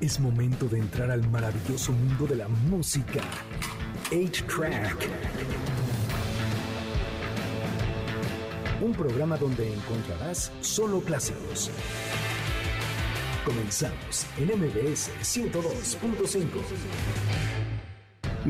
Es momento de entrar al maravilloso mundo de la música. 8-Track. Un programa donde encontrarás solo clásicos. Comenzamos en MBS 102.5.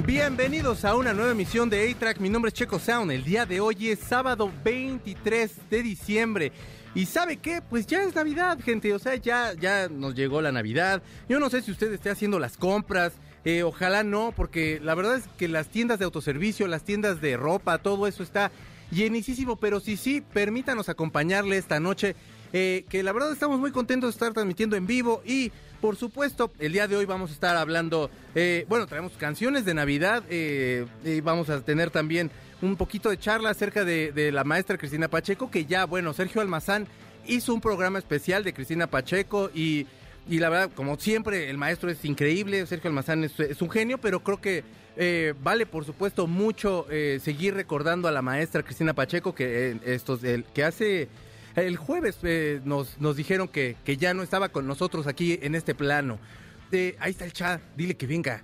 Bienvenidos a una nueva emisión de A-Track. Mi nombre es Checo Sound. El día de hoy es sábado 23 de diciembre. ¿Y sabe qué? Pues ya es Navidad, gente. O sea, ya, ya nos llegó la Navidad. Yo no sé si usted esté haciendo las compras. Eh, ojalá no, porque la verdad es que las tiendas de autoservicio, las tiendas de ropa, todo eso está llenísimo. Pero sí, sí, permítanos acompañarle esta noche. eh, que la verdad estamos muy contentos de estar transmitiendo en vivo y por supuesto, el día de hoy vamos a estar hablando, eh, bueno, traemos canciones de Navidad eh, y vamos a tener también un poquito de charla acerca de, de la maestra Cristina Pacheco, que ya, bueno, Sergio Almazán hizo un programa especial de Cristina Pacheco y, y la verdad, como siempre, el maestro es increíble, Sergio Almazán es, es un genio, pero creo que eh, vale, por supuesto, mucho eh, seguir recordando a la maestra Cristina Pacheco, que, eh, estos, el, que hace... El jueves eh, nos, nos dijeron que, que ya no estaba con nosotros aquí en este plano. Eh, ahí está el chat, dile que venga.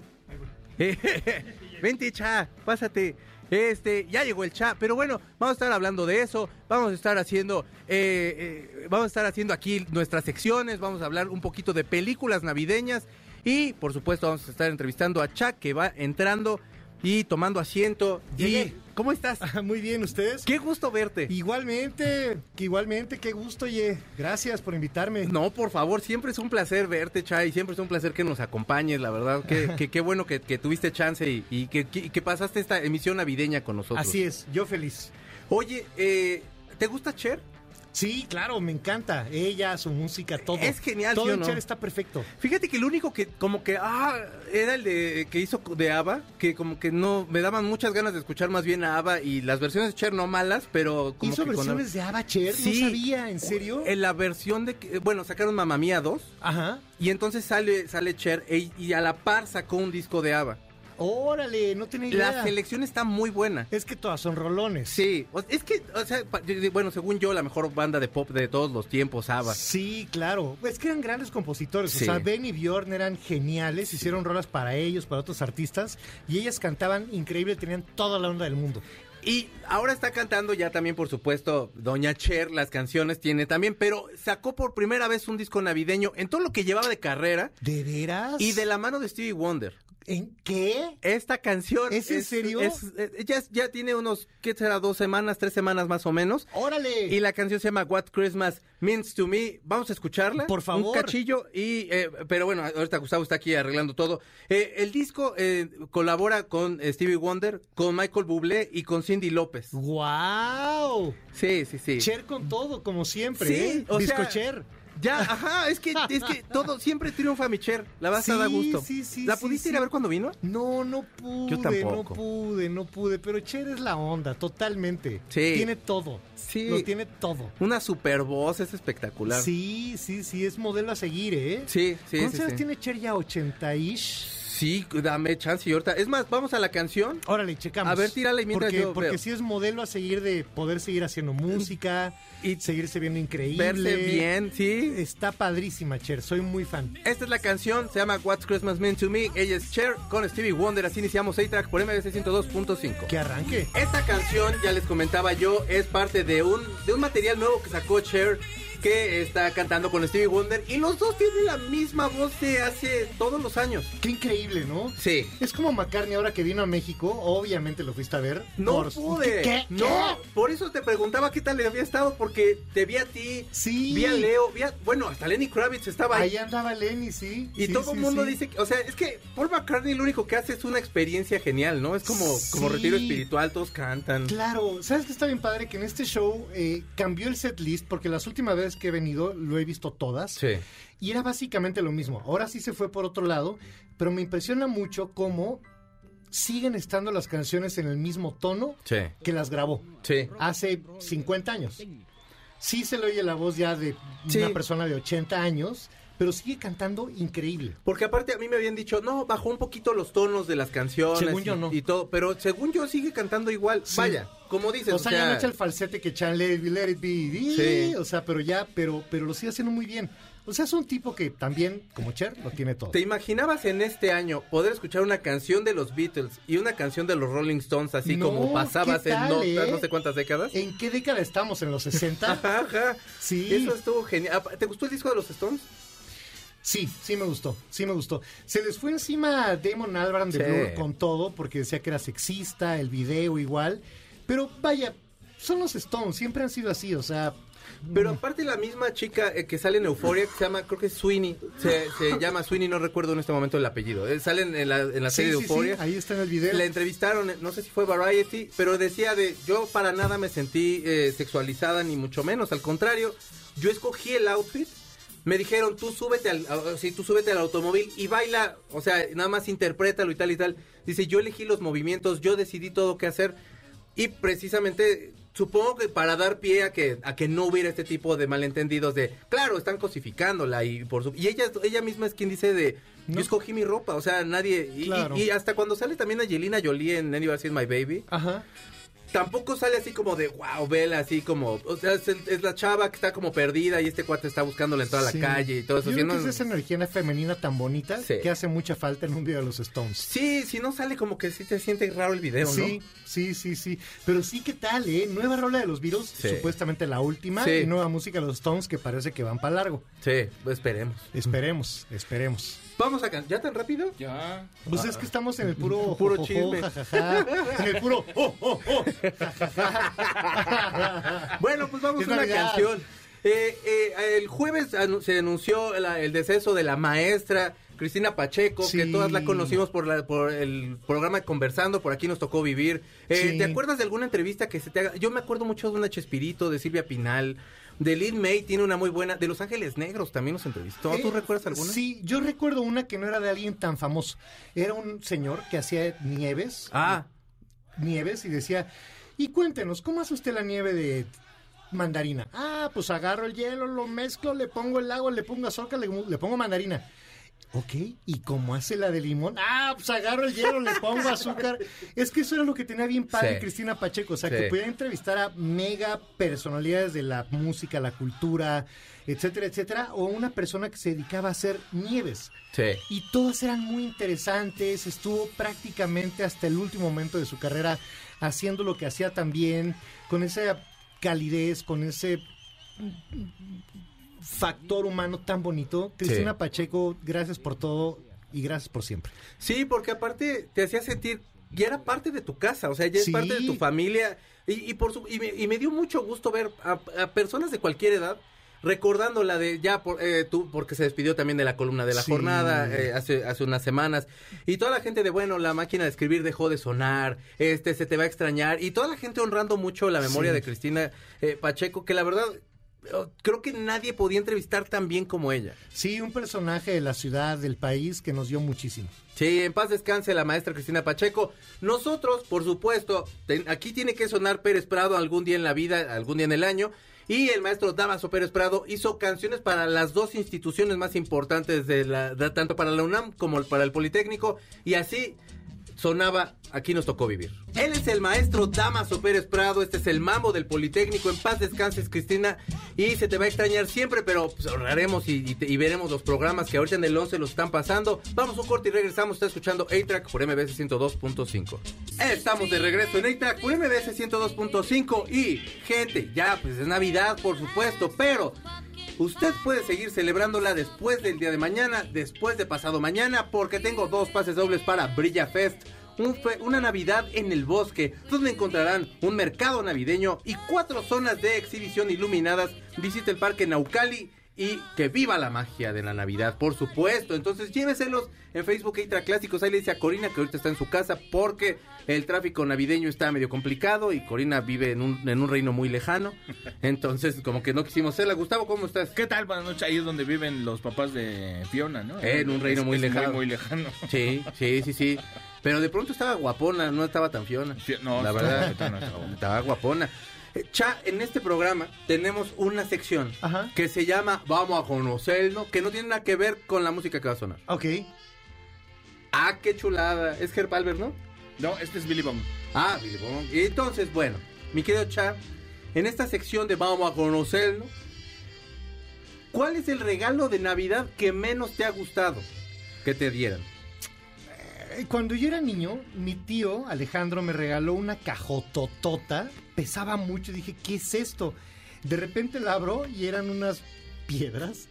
Eh, Vente, cha, pásate. Este, ya llegó el cha, pero bueno, vamos a estar hablando de eso, vamos a estar haciendo, eh, eh, vamos a estar haciendo aquí nuestras secciones, vamos a hablar un poquito de películas navideñas y, por supuesto, vamos a estar entrevistando a cha que va entrando y tomando asiento. Y, Llegué. Ah. ¿cómo estás? Muy bien, ¿ustedes? Qué gusto verte. Igualmente, que igualmente, qué gusto, oye. Gracias por invitarme. No, por favor, siempre es un placer verte, Chay. Siempre es un placer que nos acompañes, la verdad. Qué, qué, qué bueno que, que tuviste chance y, y que, que- que pasaste esta emisión navideña con nosotros. Así es, yo feliz. Oye, eh, ¿te gusta Cher? Sí, claro, me encanta. Ella, su música, todo. Es genial, ¿sí Todo o en no? Cher está perfecto. Fíjate que el único que como que ah era el de que hizo de Ava, que como que no me daban muchas ganas de escuchar más bien a Ava y las versiones de Cher no malas, pero como Hizo que con la- versiones de Ava Cher, Sí. no sabía, ¿en serio? en la versión de que- bueno, sacaron Mamma Mía 2 Ajá. y entonces sale sale Cher e- y a la par sacó un disco de Ava. Órale, no tenía idea. La selección está muy buena. Es que todas son rolones. Sí, o- es que, o sea, pa- yo- yo- bueno, según yo, la mejor banda de pop de todos los tiempos, ABBA. Sí, claro. Es que eran grandes compositores. Sí. O sea, Ben y Bjorn eran geniales, hicieron rolas para ellos, para otros artistas, y ellas cantaban increíble, tenían toda la onda del mundo. Y ahora está cantando ya también, por supuesto, Doña Cher, las canciones tiene también, pero sacó por primera vez un disco navideño en todo lo que llevaba de carrera ¿De veras? y de la mano de Stevie Wonder. ¿En qué? Esta canción... ¿Es en serio? es- eh, ya, ya tiene unos, ¿qué será? Dos semanas, tres semanas más o menos. ¡Órale! Y la canción se llama What Christmas Means to Me. Vamos a escucharla. Por favor. Un cachillo. Y, eh, pero bueno, ahorita Gustavo está aquí arreglando todo. Eh, el disco eh, colabora con Stevie Wonder, con Michael Bublé y con Cindy López. ¡Wow! Sí, sí, sí. Cher con todo, como siempre. Sí, ¿eh? o Disco sea, Cher. Ya, ajá, es que, es que todo, siempre triunfa mi Cher. La vas a Sí, dar gusto. sí, sí, ¿La sí, pudiste ir sí. a ver cuando vino? No, no pude, Yo no tampoco. pude, no pude. Pero Cher es la onda, totalmente. Sí. Tiene todo. Sí. Lo tiene todo. Una super voz, es espectacular. Sí, sí, sí, es modelo a seguir, ¿eh? sí, sí. ¿Cuántos sí, años sí. tiene Cher ya? ¿80-ish? Sí, dame chance y ahorita. Es más, vamos a la canción. Órale, checamos. A ver, tírala y mientras porque, yo Porque veo. sí es modelo a seguir de poder seguir haciendo música Y- y seguirse viendo increíble. Verse bien, sí. Está padrísima, Cher. Soy muy fan. Esta es la canción, se llama What's Christmas Mean to Me. Ella es Cher con Stevie Wonder. Así iniciamos A-Track por MBC 102.5. Que arranque. Esta canción, ya les comentaba yo, es parte de un, de un material nuevo que sacó Cher que está cantando con Stevie Wonder. Y los dos tienen la misma voz de hace todos los años. Qué increíble, ¿no? Sí. Es como McCartney ahora que vino a México. Obviamente lo fuiste a ver. No Por- pude. ¿Qué? No, ¿Qué? por eso te preguntaba qué tal le había estado, porque te vi a ti, Sí. vi a Leo, vi a- bueno, hasta Lenny Kravitz estaba ahí. Ahí andaba Lenny, sí. Y Sí, todo el sí, mundo sí. dice que, o sea, es que Paul McCartney lo único que hace es una experiencia genial, ¿no? Es como, como Sí. retiro espiritual, todos cantan. Claro, ¿sabes que está bien padre? Que en este show eh, cambió el set list porque las últimas veces que he venido lo he visto todas. Sí. Y era básicamente lo mismo. Ahora sí se fue por otro lado, pero me impresiona mucho cómo siguen estando las canciones en el mismo tono Sí. que las grabó Sí. hace 50 años. Sí se le oye la voz ya de Sí. una persona de 80 años, pero sigue cantando increíble. Porque aparte a mí me habían dicho, no, bajó un poquito los tonos de las canciones. Según y, yo, no. y todo, pero según yo sigue cantando igual. Sí. Vaya, como dices, O sea, ya no echa el falsete que Chan Let It Be, Let It Be, Sí. o sea, pero ya, pero, pero lo sigue haciendo muy bien. O sea, es un tipo que también, como Cher, lo tiene todo. ¿Te imaginabas en este año poder escuchar una canción de los Beatles y una canción de los Rolling Stones, así No, como pasaba ¿qué hace tal, no, eh? no sé cuántas décadas? ¿En qué década estamos? ¿En los 60? Ajá, ajá. Sí. Eso estuvo genial. Ah, ¿Te gustó el disco de los Stones? Sí, sí me gustó, sí me gustó. Se les fue encima a Damon Albarn de Sí. Blur con todo, porque decía que era sexista, el video igual. Pero vaya, son los Stones, siempre han sido así, o sea. Pero aparte la misma chica eh, que sale en Euforia, que se llama, creo que es Sweeney, se, se llama Sweeney, no recuerdo en este momento el apellido. Eh, salen en la, en la sí, serie sí, de Euforia. sí, ahí está en el video. La entrevistaron, eh, no sé si fue Variety, pero decía de, yo para nada me sentí eh, sexualizada ni mucho menos, al contrario, yo escogí el outfit, me dijeron, tú súbete al, a- sí, tú súbete al automóvil y baila, o sea, nada más interprétalo y tal y tal. Dice, yo elegí los movimientos, yo decidí todo qué hacer y precisamente... Supongo que para dar pie a que a que no hubiera este tipo de malentendidos de, claro, están cosificándola y por su, y ella ella misma es quien dice de, yo No. escogí mi ropa, o sea, nadie y- y- Claro. y hasta cuando sale también Angelina Jolie en Anybody Is My Baby, Ajá. tampoco sale así como de wow, vela, así como. O sea, es, el- es la chava que está como perdida y este cuate está buscándola en toda Sí. la calle y todo eso. Si Yo creo no- que es esa energía femenina tan bonita Sí. que hace mucha falta en un video de los Stones. Sí, si no sale como que sí te siente raro el video, ¿no? Sí, sí, sí, sí. Pero sí, ¿qué tal, eh? Nueva rola de los Beatles, Sí. supuestamente la última, Sí. y nueva música de los Stones que parece que van para largo. Sí, pues esperemos. Esperemos, esperemos. Vamos a can- ¿Ya tan rápido? Ya. Pues es que estamos en el puro, Puro jo, jo, jo, chisme. jajaja, en el puro jo, jo, jo. Bueno, pues vamos Es a una Navidad. canción. Eh, eh, el jueves anu- se anunció la- el deceso de la maestra Cristina Pacheco, que Sí. todas la conocimos por, la- por el programa Conversando, por aquí nos tocó vivir. Eh, Sí. ¿Te acuerdas de alguna entrevista que se te haga? Yo me acuerdo mucho de una Chespirito, de Silvia Pinal, de Lin May, tiene una muy buena, de Los Ángeles Negros también nos entrevistó. ¿Tú Eh, recuerdas alguna? Sí, yo recuerdo una que no era de alguien tan famoso. Era un señor que hacía nieves, Ah, nieves y decía, y cuéntenos, ¿cómo hace usted la nieve de mandarina? Ah, pues agarro el hielo, lo mezclo, le pongo el agua, le pongo azúcar, le, le pongo mandarina. Ok, ¿y cómo hace la de limón? Ah, pues agarro el hielo, le pongo azúcar. Es que eso era lo que tenía bien padre Sí. Cristina Pacheco, o sea, Sí. que podía entrevistar a mega personalidades de la música, la cultura, etcétera, etcétera, o una persona que se dedicaba a hacer nieves sí. y todas eran muy interesantes. Estuvo prácticamente hasta el último momento de su carrera haciendo lo que hacía también, con esa calidez, con ese factor humano tan bonito. Cristina Pacheco, gracias por todo y gracias por siempre. Sí, porque aparte te hacía sentir, ya era parte de tu casa, o sea, ya es Sí. parte de tu familia. Y, y por su- y, me, y me dio mucho gusto ver a, a personas de cualquier edad recordándola de ya por, eh, tú porque se despidió también de la columna de la Sí. jornada eh, hace, hace unas semanas y toda la gente de bueno la máquina de escribir dejó de sonar este se te va a extrañar y toda la gente honrando mucho la memoria Sí. de Cristina eh, Pacheco que la verdad eh, creo que nadie podía entrevistar tan bien como ella Sí, un personaje de la ciudad, del país, que nos dio muchísimo. Sí, en paz descanse la maestra Cristina Pacheco. Nosotros, por supuesto, ten- aquí tiene que sonar Pérez Prado algún día en la vida, algún día en el año. Y el maestro Damaso Pérez Prado hizo canciones para las dos instituciones más importantes, de la, de- tanto para la UNAM como para el Politécnico. Y así sonaba Aquí nos tocó vivir. Él es el maestro Damaso Pérez Prado, este es el mambo del Politécnico, en paz descanses Cristina y se te va a extrañar siempre, pero pues, honraremos y, y te- y veremos los programas que ahorita en el 11 los están pasando. Vamos un corte y regresamos, está escuchando A-Track por MBS 102.5. Estamos de regreso en A-Track por MBS 102.5 y gente, ya pues es Navidad por supuesto, pero... Usted puede seguir celebrándola después del día de mañana, después de pasado mañana, porque tengo dos pases dobles para Brilla Fest. un fe- una Navidad en el bosque, donde encontrarán un mercado navideño y cuatro zonas de exhibición iluminadas. Visite el parque Naucali y que viva la magia de la Navidad, por supuesto. Entonces lléveselos en Facebook Eitra Clásicos. Ahí le dice a Corina que ahorita está en su casa porque el tráfico navideño está medio complicado y Corina vive en un, en un reino muy lejano. Entonces, como que no quisimos hacerla. Gustavo, ¿cómo estás? ¿Qué tal? Buenas noches. Ahí es donde viven los papás de Fiona, ¿no? Eh, en un reino Es- muy es lejano. Muy, muy lejano. Sí, sí, sí, sí. Pero de pronto estaba guapona, no estaba tan fiona. Fio- no, la está verdad, guapota, no, está guapota. estaba guapona. Eh, Cha, en este programa tenemos una sección Ajá. que se llama Vamos a conocernos, que no tiene nada que ver con la música que va a sonar. Ok, Ah, qué chulada. Es Herb Albert, ¿no? No, este es Billy Bum. Ah, Billy Bong. Y entonces, bueno, mi querido Cha, en esta sección de Vamos a conocernos, ¿Cuál es el regalo de Navidad que menos te ha gustado que te dieran? Eh, Cuando yo era niño, mi tío Alejandro me regaló una cajototota. Pesaba mucho. Dije, ¿qué es esto? De repente la abro y eran unas piedras.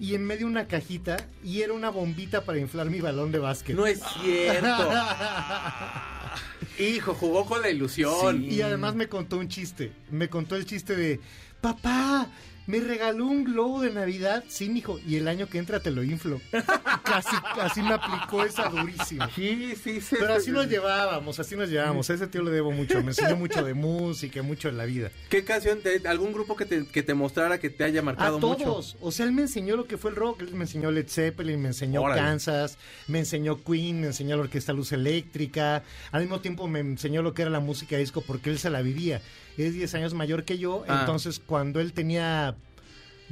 Y en medio una cajita. Y era una bombita para inflar mi balón de básquet. No es cierto. Hijo, jugó con la ilusión. Y además me contó un chiste. Me contó el chiste de, papá, me regaló un globo de Navidad. Sí, mijo, y el año que entra te lo inflo. Casi, casi me aplicó esa durísima. Sí, sí, sí. Pero así nos llevábamos, así nos llevábamos. A ese tío le debo mucho. Me enseñó mucho de música, mucho de la vida. ¿Qué canción, te- algún grupo que te, que te mostrara que te haya A marcado mucho? todos. O sea, él me enseñó lo que fue el rock. Él me enseñó Led Zeppelin, me enseñó Órale. Kansas, me enseñó Queen, me enseñó la Orquesta Luz Eléctrica. Al mismo tiempo me enseñó lo que era la música disco porque él se la vivía. Es 10 años mayor que yo. Ah. Entonces, cuando él tenía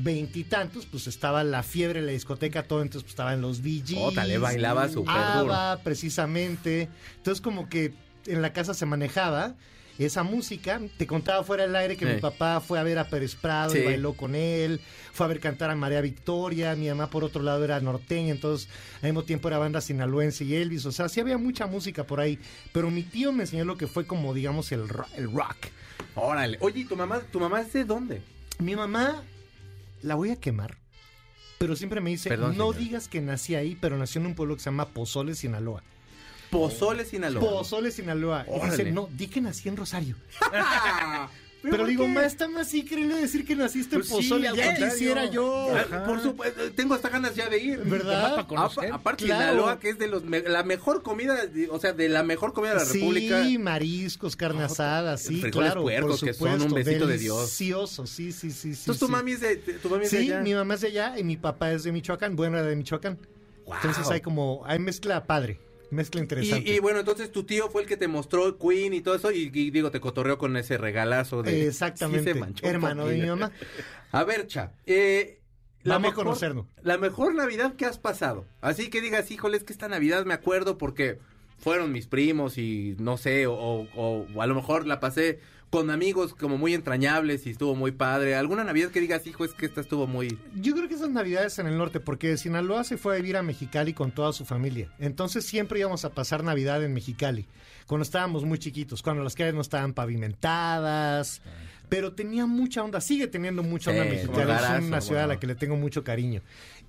veintitantos, pues estaba la fiebre, la discoteca, todo. Entonces, pues estaban los DJs. Ótale, bailaba súper duro. ABBA, precisamente. Entonces, como que en la casa se manejaba esa música. Te contaba fuera del aire que Sí. mi papá fue a ver a Pérez Prado Sí. y bailó con él. Fue a ver cantar a María Victoria. Mi mamá, por otro lado, era norteña. Entonces, al mismo tiempo era banda sinaloense y Elvis. O sea, sí había mucha música por ahí. Pero mi tío me enseñó lo que fue como, digamos, el, ro- el rock. Órale. Oye, ¿y tu mamá, tu mamá es de dónde? Mi mamá la voy a quemar. Pero siempre me dice, Perdón, no señora. digas que nací ahí, pero nació en un pueblo que se llama Pozole, Sinaloa. Pozole, Sinaloa. Pozole, Sinaloa. Y Órale. dice, no, di que nací en Rosario. Ah, Pero, ¿por digo, qué? ma, está más increíble decir que naciste Pues sí, en Pozole. al ya contrario. quisiera yo. Ah, Ajá. Por supuesto, tengo hasta ganas ya de ir. Nomás ¿Verdad? para conocer. Apa- aparte Claro. Sinaloa, que es de los me- la mejor comida, de- o sea, de la mejor comida de la República. Sí, mariscos, carne asada, sí, frijoles claro, puercos, por que son un supuesto, besito de Dios. Delicioso, sí, sí, sí, sí. Entonces tu sí. mami es de, tu mami es de Sí, allá. mi mamá es de allá y mi papá es de Michoacán, bueno, era de Michoacán. Guau. Entonces hay como, hay mezcla padre, mezcla interesante. Y, y bueno, entonces tu tío fue el que te mostró Queen y todo eso, y, y digo, te cotorreó con ese regalazo de... Exactamente, Sí se manchó un hermano de mi poquillo. mamá. A ver, Cha, eh, Vamos a conocernos. La mejor Navidad que has pasado. Así que digas, híjole, es que esta Navidad me acuerdo porque fueron mis primos y no sé, o, o- o a lo mejor la pasé con amigos como muy entrañables y estuvo muy padre. ¿Alguna Navidad que digas, hijo, es que esta estuvo muy... Yo creo que esas navidades en el norte, porque de Sinaloa se fue a vivir a Mexicali con toda su familia. Entonces siempre íbamos a pasar Navidad en Mexicali, cuando estábamos muy chiquitos, cuando las calles no estaban pavimentadas, pero tenía mucha onda, sigue teniendo mucha onda Sí, Mexicali, lugarazos, es una ciudad a bueno. la que le tengo mucho cariño.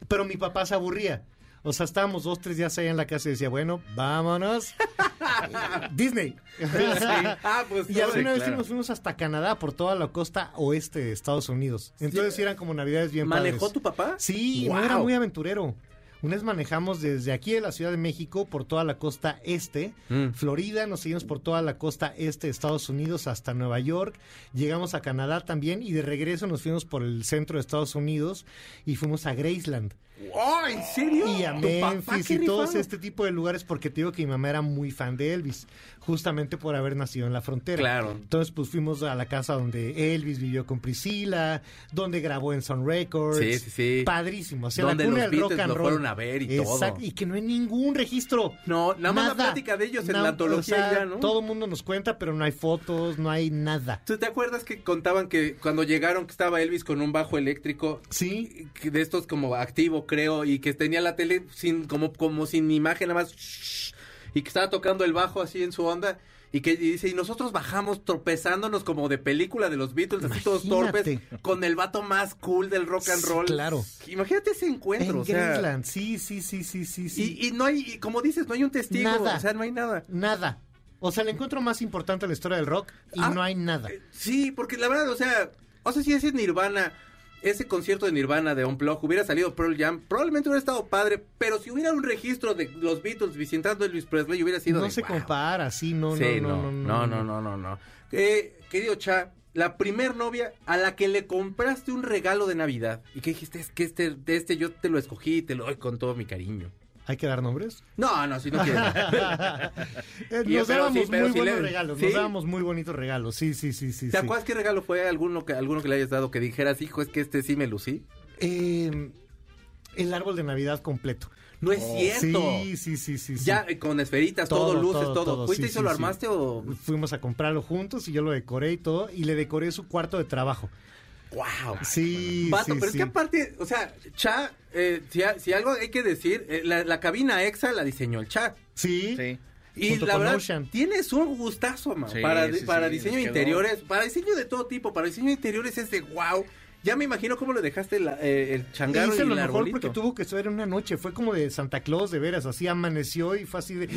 Pero mi papá se aburría. O sea, estábamos dos, tres días allá en la casa y decía, bueno, vámonos. Disney. Ah, pues Y alguna sí, vez sí claro. nos fuimos hasta Canadá por toda la costa oeste de Estados Unidos. Entonces eran como navidades bien ¿Manejó padres. tu papá? Sí, no Guau. era muy aventurero. Una vez manejamos desde aquí de la Ciudad de México por toda la costa este, Mm. Florida, nos seguimos por toda la costa este de Estados Unidos hasta Nueva York, llegamos a Canadá también y de regreso nos fuimos por el centro de Estados Unidos y fuimos a Graceland ¡Oh, en serio! y a ¿Tu papá? Memphis ¡Qué y todos rifado! este tipo de lugares porque te digo que mi mamá era muy fan de Elvis, justamente por haber nacido en la frontera. Claro. Entonces, pues fuimos a la casa donde Elvis vivió con Priscila, donde grabó en Sun Records. Sí, sí, sí. Padrísimo. O sea, Donde la cuna los del rock Beatles and lo roll. fueron a ver y todo. Exacto, Y que no hay ningún registro. No, nada más la plática de ellos en la antología y ya, ¿no? Todo el mundo nos cuenta, pero no hay fotos, no hay nada. ¿Tú te acuerdas que contaban que cuando llegaron que estaba Elvis con un bajo eléctrico Sí. que de estos como activo, creo, y que tenía la tele sin como como sin imagen nada más shh, y que estaba tocando el bajo así en su onda y que y dice, y nosotros bajamos tropezándonos como de película de los Beatles, así todos torpes, Imagínate. con el vato más cool del rock and Sí, roll. claro. Imagínate ese encuentro. En o sea, Greenland. Sí, sí, sí, sí, sí. sí. y, y no hay, y como dices, no hay un testigo, Nada. o sea, no hay nada. Nada. O sea, el encuentro más importante de la historia del rock y Ah. no hay nada. Sí, porque la verdad, o sea, o sea, si ese Nirvana, ese concierto de Nirvana de Unplugged hubiera salido Pearl Jam, probablemente hubiera estado padre, pero si hubiera un registro de los Beatles visitando a Elvis Presley, hubiera sido No de, se "Wow". compara, sí, no, Sí, no, no, no, no, no, no, no. Eh, querido Cha, la primer novia a la que le compraste un regalo de Navidad y que dijiste, es que este, de este yo te lo escogí y te lo doy con todo mi cariño. ¿Hay que dar nombres? No, no, si no quieres. Eh, Y- pero nos dábamos sí, pero muy sí buenos le- regalos, ¿sí? nos dábamos muy bonitos regalos, sí, sí, sí, sí. ¿Te sí. acuerdas qué regalo fue alguno que, alguno que le hayas dado que dijeras, hijo, es que este sí me lucí? Eh, el árbol de Navidad completo. No es cierto. Oh, Sí, sí, sí, sí. sí. Ya, eh, con esferitas, todo, Todo, luces, todo. todo, todo, ¿Fuiste sí, y se lo sí, sí. armaste o...? Fuimos a comprarlo juntos y yo lo decoré y todo, y le decoré su cuarto de trabajo. ¡Wow! Sí, Vato, sí, pero es sí. que aparte, o sea, Cha, eh, si, a- si algo hay que decir, eh, la, la cabina EXA la diseñó el Cha. Sí. Sí. Y Junto la con verdad, Ocean. tienes un gustazo, man. Sí, para sí, para sí, diseño de nos quedó. interiores, para diseño de todo tipo, para diseño de interiores es de wow. Ya me imagino cómo le dejaste la- eh, el changarro y Hice el lo mejor arbolito. porque tuvo que ser en una noche. Fue como de Santa Claus, de veras. Así amaneció y fue así de.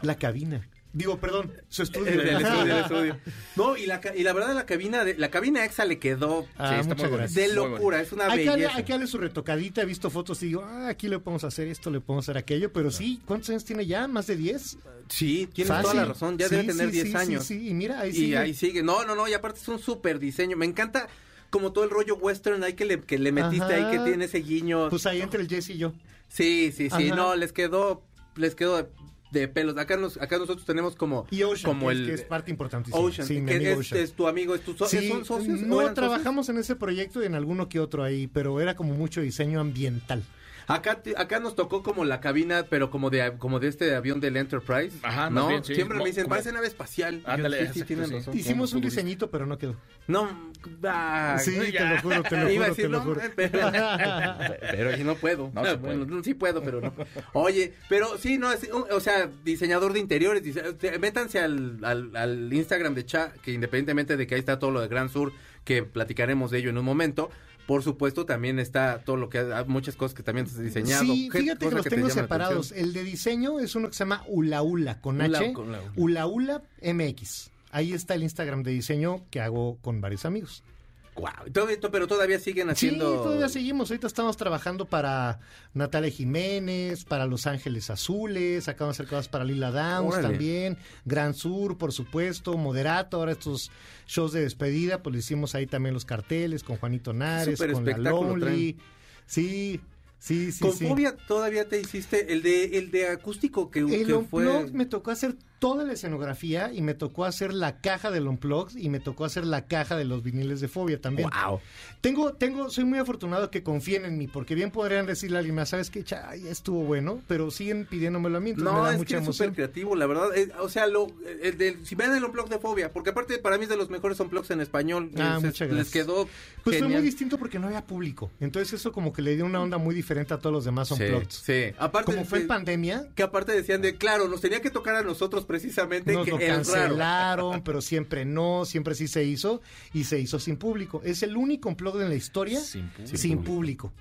La cabina. Digo, perdón, su estudio. El- el estudio, el estudio. No, y la, ca- y la verdad, la cabina de, la cabina EXA le quedó Ah, está muy muchas bonito. gracias. de muy locura. bonito. Es una hay, que darle, belleza. hay que darle su retocadita. He visto fotos y digo, ah, aquí le podemos hacer esto, le podemos hacer aquello. Pero sí, ¿cuántos años tiene ya? ¿Más de 10? Sí, tienes toda Fácil. la razón. Ya Sí, debe tener sí, 10 sí, sí, años. Sí, y mira, ahí y sí. ahí sigue. No, no, no. Y aparte es un súper diseño. Me encanta como todo el rollo western ahí que le, que le metiste ahí, que Ajá. tiene ese guiño. Pues ahí entre el Jesse y yo. sí, sí, sí. Ajá. No, les quedó, les quedó de, de pelos. Acá, nos, acá nosotros tenemos como, Y Ocean, como que, es, el que es parte importantísima. Ocean, sí, mi que amigo es, Ocean. es tu amigo, es tu so- Sí, ¿son socios? o no eran trabajamos en ese proyecto y en alguno que otro ahí, pero era como mucho diseño ambiental. socios? Acá, te- acá nos tocó como la cabina, pero como de, como de este avión del Enterprise. Ajá, más ¿no? bien, sí. Siempre me Mo- dicen, como- parece nave espacial. Y yo, Ándale, sí, sí, exacto, tienen sí. razón. Hicimos un futurista. diseño, pero no quedó. No, ah, sí, no, te lo juro, te lo Iba a juro, decir, te lo no, juro. pero, pero yo no puedo. No se puede. bueno, sí puedo, pero no. Oye, pero sí, no, es, un- o sea, diseñador de interiores, dise- te- métanse al, al- al Instagram de Cha, que independientemente de que ahí está todo lo de Gran Sur, que platicaremos de ello en un momento, por supuesto también está todo lo que, ha- muchas cosas que también has diseñado. Sí, Qué fíjate que cosa los te tengo llama la separados. atención. El de diseño es uno que se llama Ulaula con Ula- H. con la Ula. Ulaula MX. Ahí está el Instagram de diseño que hago con varios amigos. Guau, todo esto, pero todavía siguen haciendo... Sí, todavía seguimos. Ahorita estamos trabajando para Natalia Jiménez, para Los Ángeles Azules, acabamos de hacer cosas para Lila Downs Órale. también, Gran Sur, por supuesto, Moderato, ahora estos shows de despedida, pues le hicimos ahí también los carteles con Juanito Nares, Súper con La espectáculo Lonely. Sí, sí, sí, Con sí. Fobia todavía te hiciste el de el de acústico que, El que fue. Unplugged me tocó hacer toda la escenografía y me tocó hacer la caja del Unplugged y me tocó hacer la caja de los viniles de Fobia también. Wow. Tengo, tengo, soy muy afortunado que confíen en mí, porque bien podrían decirle a alguien más, ¿sabes qué? Ya, ya estuvo bueno, pero siguen pidiéndomelo a mí, entonces me No, da es que mucha es súper emoción. creativo, la verdad. Es- o sea, lo, el del- si vean el unplug de Fobia, porque aparte para mí es de los mejores unplugs en español. Ah, Entonces, muchas Les gracias. quedó Pues fue genial. muy distinto porque no había público, entonces eso como que le dio una onda muy diferente a todos los demás Sí, Unplugged. sí. Aparte Como fue de- en pandemia, que aparte decían de, claro, nos tenía que tocar a nosotros precisamente nos que lo el raro. cancelaron, pero siempre no, siempre sí se hizo, y se hizo sin público. Es el único Unplugged en la historia sin, Sin público. público.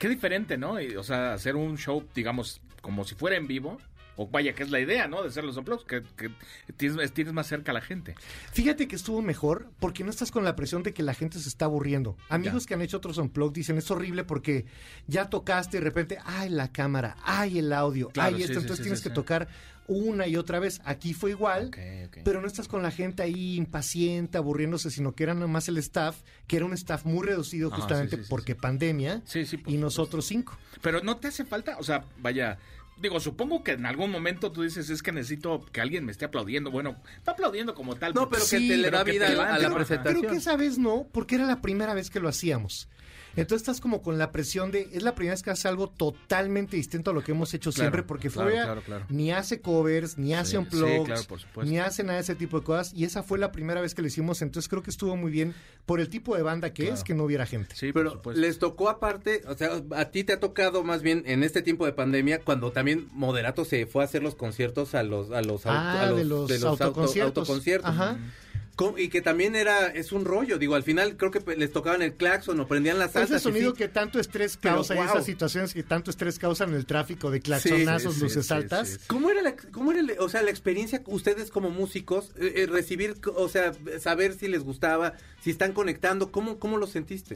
Qué diferente, ¿no? Y, o sea, hacer un show, digamos, como si fuera en vivo. O vaya, que es la idea, ¿no? De hacer los unplugs, que, que tienes, tienes más cerca a la gente. Fíjate que estuvo mejor porque no estás con la presión de que la gente se está aburriendo. Amigos Ya. que han hecho otros unplugged dicen es horrible porque ya tocaste y de repente, ay, la cámara, ay, el audio, Claro, ay, sí, esto. sí, Entonces sí, tienes sí, que sí. tocar una y otra vez. Aquí fue igual, Ok, ok. pero no estás con la gente ahí impaciente, aburriéndose, sino que era nada más el staff, que era un staff muy reducido Ah, sí, justamente sí, sí, porque pandemia Sí, sí, por y supuesto. nosotros cinco. Pero no te hace falta, o sea, vaya, digo, supongo que en algún momento tú dices, es que necesito que alguien me esté aplaudiendo. Bueno, no aplaudiendo como tal. No, pero que Sí, te le pero da que vida te a- a levante, la ¿no? presentación. Pero que esa vez no, porque era la primera vez que lo hacíamos. Entonces estás como con la presión de, es la primera vez que haces algo totalmente distinto a lo que hemos hecho Claro, siempre, porque claro, Fobia claro, claro. ni hace covers, ni hace un sí, claro, por supuesto. ni hace nada de ese tipo de cosas, y esa fue la primera vez que lo hicimos, entonces creo que estuvo muy bien por el tipo de banda que es, Claro. que no hubiera gente. Sí, por Pero supuesto. les tocó aparte, o sea, a ti te ha tocado más bien en este tiempo de pandemia, cuando también Moderato se fue a hacer los conciertos a los a los, auto- Ah, a de los auto- autoconciertos. autoconciertos. Ajá. Mm. Co- Y que también era, es un rollo, digo, al final creo que pues, les tocaban el claxon o prendían las salsas. Ese sonido y sí. que tanto estrés Pero, causa y wow. esas situaciones que tanto estrés causan en el tráfico de claxonazos, sí, sí, luces sí, altas. sí, ¿Cómo era, la, cómo era la- o sea, la experiencia ustedes como músicos, eh, eh, recibir, o sea, saber si les gustaba, si están conectando, cómo, cómo lo sentiste?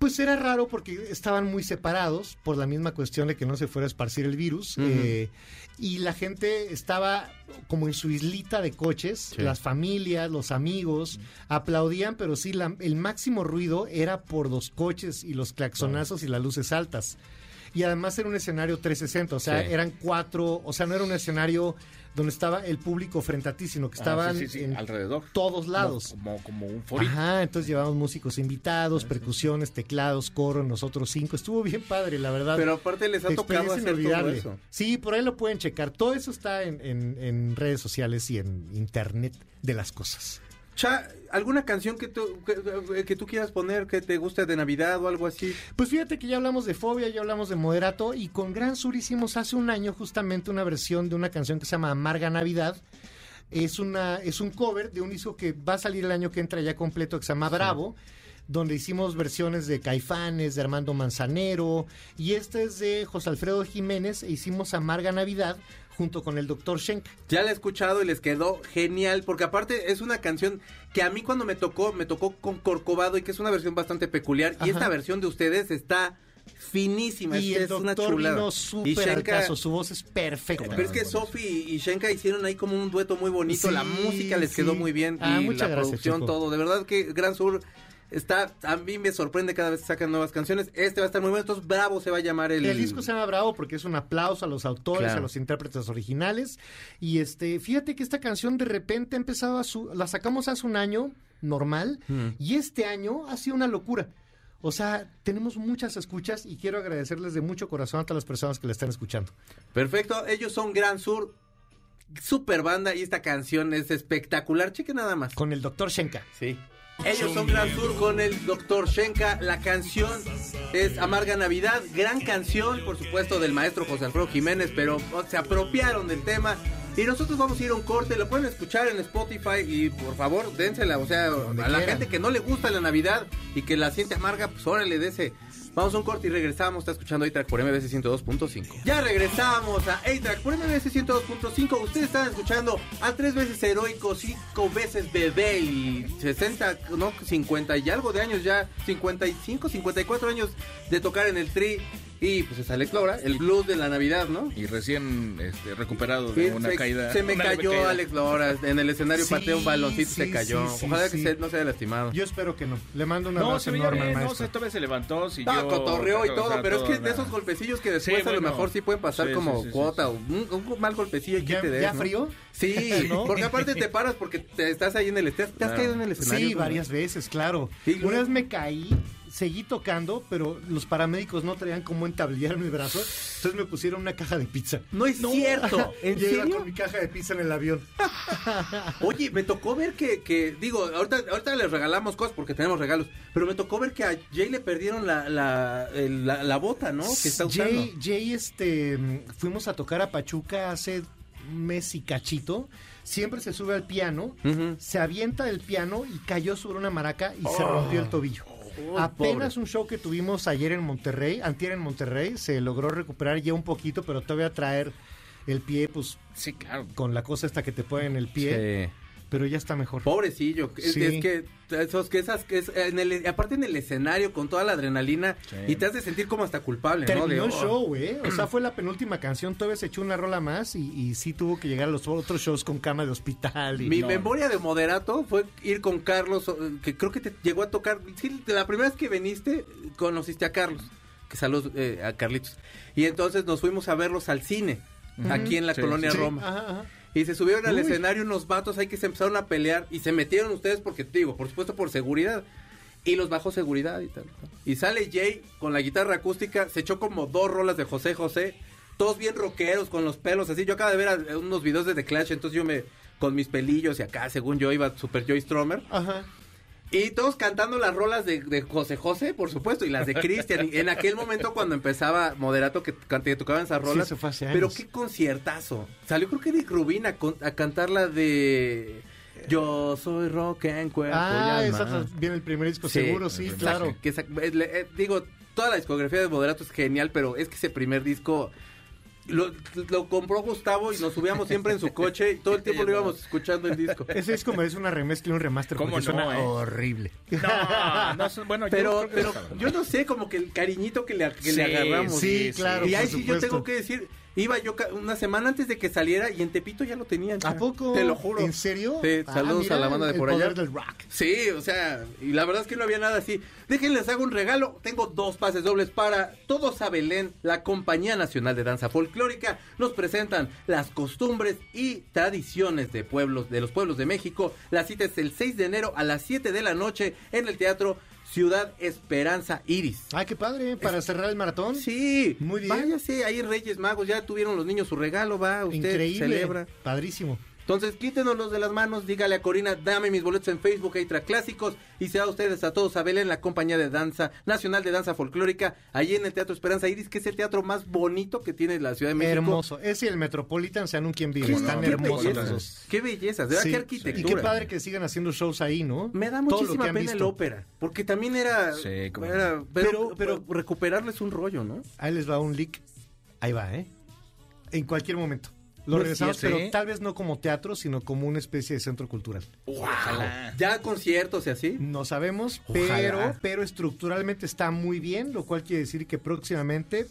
Pues era raro porque estaban muy separados por la misma cuestión de que no se fuera a esparcir el virus. Ujú. eh, y la gente estaba como en su islita de coches, las familias, los amigos, aplaudían, pero sí, la- el máximo ruido era por los coches y los claxonazos y las luces altas. Y además era un escenario 360, o sea, Sí. eran cuatro, o sea, no era un escenario donde estaba el público frente a ti, sino que Ah, estaban sí, sí, sí, en alrededor. todos lados. Como, como, como un forito. Ajá, entonces llevamos músicos invitados, percusiones, teclados, coro, nosotros cinco. Estuvo bien padre, la verdad. Pero aparte les ha tocado Experiencia hacer todo inolvidable. eso. Sí, por ahí lo pueden checar. Todo eso está en, en- en redes sociales y en internet de las cosas. Cha, ¿alguna canción que tú, que, que tú quieras poner que te guste de Navidad o algo así? Pues fíjate que ya hablamos de Fobia, ya hablamos de Moderato y con Gran Sur hicimos hace un año justamente una versión de una canción que se llama Amarga Navidad. Es, una, es un cover de un disco que va a salir el año que entra ya completo que se llama Bravo. Donde hicimos versiones de Caifanes, de Armando Manzanero, y este es de José Alfredo Jiménez, e hicimos Amarga Navidad junto con el doctor Schenk. Ya la he escuchado y les quedó genial, porque aparte es una canción que a mí cuando me tocó, me tocó con Corcovado y que es una versión bastante peculiar. Y Ajá. esta versión de ustedes está finísima, Y es, el es una doctor chulada. vino y súper al Shenka- caso, su voz es perfecta. pero es que Sofi y Shenka hicieron ahí como un dueto muy bonito, Sí, la música les quedó sí. muy bien Ah, y la muchas gracias, producción, chico. todo. De verdad que Gran Sur está, a mí me sorprende cada vez que sacan nuevas canciones. Este va a estar muy bueno, entonces Bravo se va a llamar el... El disco se llama Bravo porque es un aplauso a los autores, Claro. a los intérpretes originales. Y este, fíjate que esta canción de repente ha empezado a su, la sacamos hace un año normal Mm. y este año ha sido una locura. O sea, tenemos muchas escuchas y quiero agradecerles de mucho corazón a todas las personas que la están escuchando. Perfecto, ellos son Gran Sur, super banda y esta canción es espectacular. Cheque nada más. Con el doctor Shenka. Sí. Ellos son Gran Sur con el Dr. Shenka. La canción es Amarga Navidad. Gran canción, por supuesto, del maestro José Alfredo Jiménez, pero o, se apropiaron del tema. Y nosotros vamos a ir a un corte, lo pueden escuchar en Spotify y por favor, dénsela. O sea, a la quieran. gente que no le gusta la Navidad y que la siente amarga, pues órale, dese. Vamos a un corte y regresamos. Está escuchando A-Track por MBC 102.5. Ya regresamos a A-Track por MBC 102.5. Ustedes están escuchando a tres veces heroico, cinco veces bebé y 60, no, 50 y algo de años ya, 55, 54 años de tocar en el tri. Y pues es Alex Lora, el blues de la Navidad, ¿no? Y recién este, recuperado Sí, de una se, caída. se me una leve cayó caída. Alex Lora en el escenario, Sí, pateó un baloncito y sí, se cayó. sí, sí, Ojalá sí. que se- no se haya lastimado. Yo espero que no. Le mando un No, abrazo se veía enorme al bien, no, maestro. se, todavía se levantó, siguió. No, cotorreó y o sea, todo, pero es que de nada. esos golpecillos que después Sí, a lo bueno. mejor sí pueden pasar Sí, como sí, sí, cuota sí, o un, un mal golpecillo y que ¿Ya, te des, ya ¿no? frío? Sí, ¿No? porque aparte te paras porque te estás ahí en el escenario. ¿Te has Claro. caído en el escenario? Sí, ¿no? varias veces, claro. Y luego- Una vez me caí, seguí tocando, pero los paramédicos no traían cómo entablillar mi brazo, entonces me pusieron una caja de pizza. No es cierto. ¿En Yo iba serio? con mi caja de pizza en el avión. Oye, me tocó ver que, que digo, ahorita, ahorita les regalamos cosas porque tenemos regalos, pero me tocó ver que a Jay le perdieron la, la, el- la- la bota, ¿no? Que está usando. Jay, Jay, este, mm, fuimos a tocar a Pachuca hace un mes y cachito. Siempre se sube al piano, Ujú. se avienta del piano y cayó sobre una maraca y se Oh. rompió el tobillo. Apenas un show que tuvimos ayer en Monterrey, antier en Monterrey, se logró recuperar ya un poquito, pero todavía traer el pie, pues Sí, claro. con la cosa esta que te pone en el pie, Sí. pero ya está mejor. Pobrecillo, es, Sí. es que esos que esas que es- en el- aparte en el escenario con toda la adrenalina Sí. y te hace sentir como hasta culpable, ¿no? De, Terminó el oh, show, ¿eh? O sea, fue la penúltima canción, todavía se echó una rola más y, y sí tuvo que llegar a los otros shows con cama de hospital. Y, Mi No. memoria de moderato fue ir con Carlos, eh, que creo que te llegó a tocar. sí, la primera vez que viniste, conociste a Carlos, que saludos eh, a Carlitos. Y entonces nos fuimos a verlos al cine, aquí en la Sí, colonia Sí, Roma. ajá, ajá. Y se subieron al Uy. escenario unos vatos ahí que se empezaron a pelear y se metieron ustedes porque, te digo, por supuesto por seguridad. Y los bajó seguridad y tal. ¿no? Y sale Jay con la guitarra acústica, se echó como dos rolas de José José, todos bien rockeros con los pelos así. Yo acabo de ver a- unos videos de The Clash, entonces yo me con mis pelillos y acá, según yo iba super Joy Stromer. Ajá. Y todos cantando las rolas de, de José José, por supuesto, y las de Cristian. Y En aquel momento cuando empezaba Moderato que, can- que tocaban esas rolas. eso fue hace Pero años. qué conciertazo. Salió creo que Eric Rubin a, con- a cantar la de Yo soy rock en cuerpo Ah, y esa alma. viene el primer disco, Sí, seguro, sí, el primer claro. Que sa- eh, le- eh, digo, toda la discografía de Moderato es genial, pero es que ese primer disco lo, lo compró Gustavo y nos subíamos siempre en su coche y todo el tiempo lo íbamos escuchando el disco. Ese disco merece una remezcla y un remaster ¿Cómo porque no, suena eh? horrible. No, no, son- bueno, yo Pero, creo que pero no saben. yo no sé, como que el cariñito que le, que le Sí, agarramos. sí, claro. Y ahí por sí yo supuesto. tengo que decir, iba yo ca- una semana antes de que saliera y en Tepito ya lo tenían. ¿A ya. poco? Te lo juro. ¿En serio? Sí, Ah, saludos mira, a la banda de el por allá. poder del rock. Sí, o sea, y la verdad es que no había nada así. Déjenles hago un regalo. Tengo dos pases dobles para Todos a Belén, la Compañía Nacional de Danza Folclórica. Nos presentan las costumbres y tradiciones de pueblos de los pueblos de México. La cita es el 6 de enero a las 7 de la noche en el Teatro Ciudad Esperanza Iris. Ah, qué padre, para cerrar el maratón. Sí, Muy bien. Váyase, ahí Reyes Magos, ya tuvieron los niños su regalo, va, usted Increíble. celebra. Padrísimo. Entonces, quítenos de las manos, dígale a Corina, dame mis boletos en Facebook, Eitra Clásicos, y sea ustedes a todos a Belén, la compañía de danza nacional de danza folclórica, allí en el Teatro Esperanza Iris, que es el teatro más bonito que tiene la Ciudad de México. Hermoso. Es y el Metropolitan sean un quien vive. ¿Qué- Están qué hermosos bellezas, los dos. Qué bellezas, de verdad, Sí, qué Y arquitectura. qué padre que sigan haciendo shows ahí, ¿no? Me da Todo lo muchísima que han pena el visto. ópera, porque también era, Sí, cómo no. era- pero, Pero- pero recuperarles un rollo, ¿no? Ahí les va un leak. Ahí va, ¿eh? En cualquier momento. Lo Pues regresamos, sí, sí. pero tal vez no como teatro, sino como una especie de centro cultural. Ojalá. Ya conciertos y así. No sabemos, Ojalá. pero, pero estructuralmente está muy bien, lo cual quiere decir que próximamente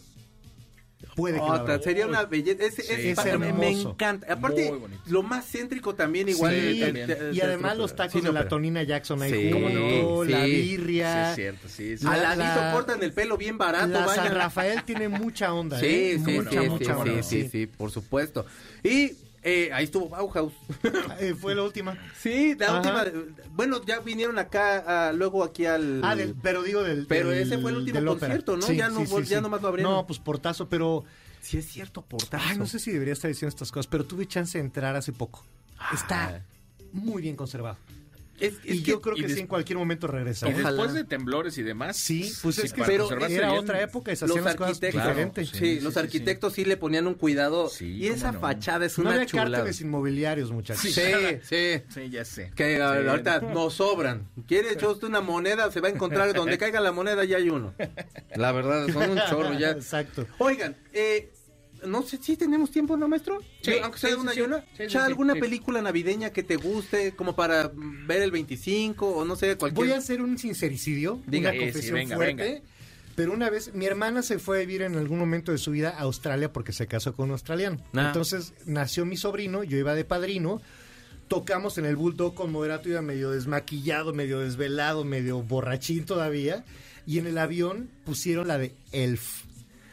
puede que lo Otra, abramos. sería una belleza. Ese- ese es espacio me, me hermoso. encanta. Aparte, Muy bonito. lo más céntrico también, igual. eh, Sí, el- el- también. el- el- Y además los tacos Sí, de no, la pero- Tonina Jackson ahí Sí, junto, cómo no. la Sí. Sí, birria. es cierto, sí, sí. Ah, Al ladito la- cortan el pelo bien barato, la vaya. San Rafael tiene mucha onda, Sí, ¿eh? sí, mucha, sí, sí, mucha sí, onda. sí, sí, por supuesto. Y eh, ahí estuvo Bauhaus. Eh, fue la última. sí, la Ajá. última. Bueno, ya vinieron acá, a- luego aquí al. Ah, del- pero digo del. Pero del- ese fue el último del ópera. concierto, ¿no? Ya no vol- ya nomás lo abrieron. No, pues portazo, pero. Sí, es cierto, portazo. Ay, Ah, no sé si debería estar diciendo estas cosas, pero tuve chance de entrar hace poco. Está muy bien conservado. Es, Ah. es Y yo creo y que sí, des- en cualquier momento regresa. Y ¿eh? Ojalá. después de temblores y demás. Sí, pues es que para pero conservarse era bien. otra época y se los pues, hacían las cosas arquitectos, diferentes. sí, Claro, sí, los sí, sí, arquitectos sí. le ponían un cuidado. Sí, y cómo esa no. fachada es No una había chulada. cárteles inmobiliarios, muchachos. Sí, sí. Sí, ya sé. Que Sí. ahorita nos sobran. Quiere echar usted una moneda, se va a encontrar donde caiga la moneda ya hay uno. La verdad, son un chorro ya. Exacto. Oigan, eh, no sé si tenemos tiempo, ¿no, maestro? Sí, Aunque sea sí, una sí, y una. sí, sí, Cha, sí, ¿Alguna sí. película navideña que te guste, como para mm, ver el 25 o no sé, cualquier... Voy a hacer un sincericidio, Diga, eh, una sí, confesión venga, fuerte. venga. Pero una vez, mi hermana se fue a vivir en algún momento de su vida a Australia porque se casó con un australiano. Ah. Entonces nació mi sobrino, yo iba de padrino. Tocamos en el bulldog con moderato, iba medio desmaquillado, medio desvelado, medio borrachín todavía. Y en el avión pusieron la de Elf.